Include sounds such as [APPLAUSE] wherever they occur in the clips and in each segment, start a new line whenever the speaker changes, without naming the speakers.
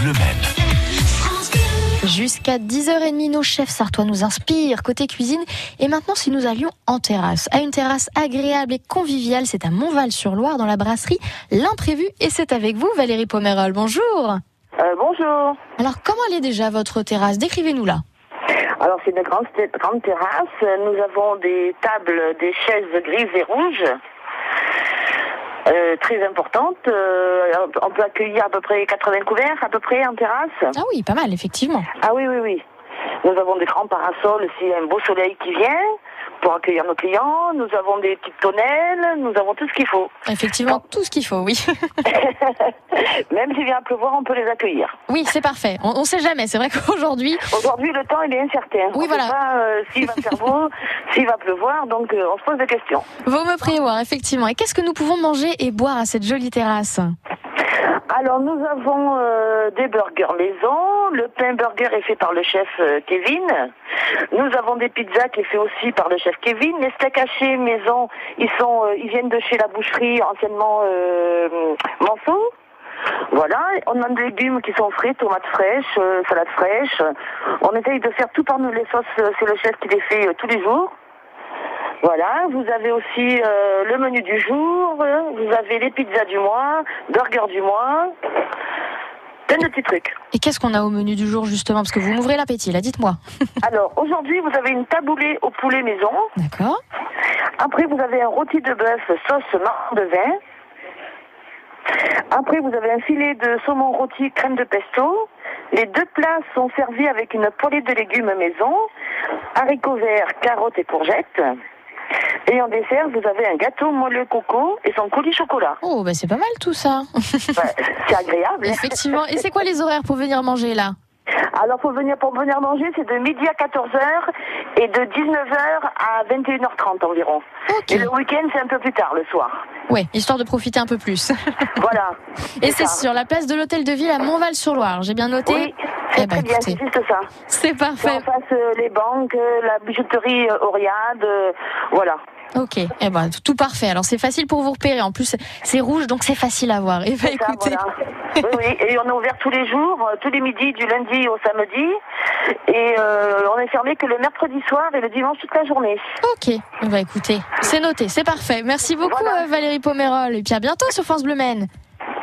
Bleu Maine.
Jusqu'à 10h30, nos chefs sartois nous inspirent côté cuisine. Et maintenant, si nous allions en terrasse, à une terrasse agréable et conviviale, c'est à Montval-sur-Loire, dans la brasserie L'Imprévu. Et c'est avec vous, Valérie Pomerol. Bonjour.
Euh, bonjour.
Alors, comment elle est déjà votre terrasse Décrivez-nous-la.
Alors c'est une grande, ter- grande terrasse. Nous avons des tables, des chaises grises et rouges. euh, très importantes. Euh, on peut accueillir à peu près 80 couverts, à peu près en terrasse.
Ah oui, pas mal, effectivement.
Ah oui, oui, oui. Nous avons des grands parasols s'il y a un beau soleil qui vient pour accueillir nos clients. Nous avons des petites tonnelles. Nous avons tout ce qu'il faut.
Effectivement, tout ce qu'il faut, oui. [LAUGHS]
Même s'il vient à pleuvoir, on peut les accueillir.
Oui, c'est parfait. On ne sait jamais. C'est vrai qu'aujourd'hui,
Aujourd'hui, le temps, il est incertain.
Oui,
on
voilà.
sait pas euh, s'il va faire [LAUGHS] beau, s'il va pleuvoir. Donc, euh, on se pose des questions.
vaut me prévoir, effectivement. Et qu'est-ce que nous pouvons manger et boire à cette jolie terrasse
Alors nous avons euh, des burgers maison. Le pain burger est fait par le chef euh, Kevin. Nous avons des pizzas qui est fait aussi par le chef Kevin. Les steaks hachés maison, ils sont, euh, ils viennent de chez la boucherie anciennement euh, Manceau. Voilà, on a des légumes qui sont frais, tomates fraîches, euh, salades fraîches. On essaye de faire tout par nous les sauces, euh, c'est le chef qui les fait euh, tous les jours. Voilà, vous avez aussi euh, le menu du jour, euh, vous avez les pizzas du mois, burgers du mois, plein de petits trucs.
Et qu'est-ce qu'on a au menu du jour, justement Parce que vous m'ouvrez l'appétit, là, dites-moi.
Alors aujourd'hui, vous avez une taboulée au poulet maison.
D'accord.
Après, vous avez un rôti de bœuf sauce marron de vin. Après, vous avez un filet de saumon rôti crème de pesto. Les deux plats sont servis avec une poêlée de légumes maison, haricots verts, carottes et courgettes. Et en dessert, vous avez un gâteau moelleux coco et son coulis chocolat.
Oh, bah c'est pas mal tout ça.
Ouais, c'est
[LAUGHS]
agréable.
Effectivement. Et c'est quoi les horaires pour venir manger là
Alors pour venir pour venir manger, c'est de midi à 14h et de 19h à 21h30 environ.
Ok.
Et le week-end, c'est un peu plus tard, le soir.
Ouais, histoire de profiter un peu
[LAUGHS]
plus.
Voilà.
Et c'est
ça.
sur la place de l'hôtel de ville à Montval-sur-Loire. J'ai bien noté.
Oui, c'est
Eh ben,
très bien,
écoutez.
c'est juste ça.
C'est
Et en
parfait.
face, euh, les banques, euh, la bijouterie euh, Oriade, euh, voilà.
Ok. Eh ben, tout parfait. Alors c'est facile pour vous repérer. En plus, c'est rouge, donc c'est facile à voir. Eh ben,
C'est ça,
écoutez.
voilà. oui, oui, et on est ouvert tous les jours, euh, tous les midis, du lundi au samedi. Et euh, on est fermé que le mercredi soir et le dimanche toute la journée.
Ok. Eh ben, écoutez, c'est noté. C'est parfait. Merci beaucoup,
Voilà.
euh, Valérie Pomerol. Et puis à bientôt sur France Bleu Maine.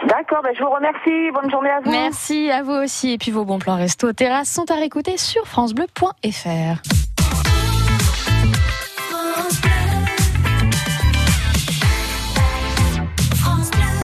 D'accord, ben, je vous remercie. Bonne journée à vous.
Merci à vous aussi. Et puis vos bons plans resto terrasse sont à réécouter sur FranceBleu.fr.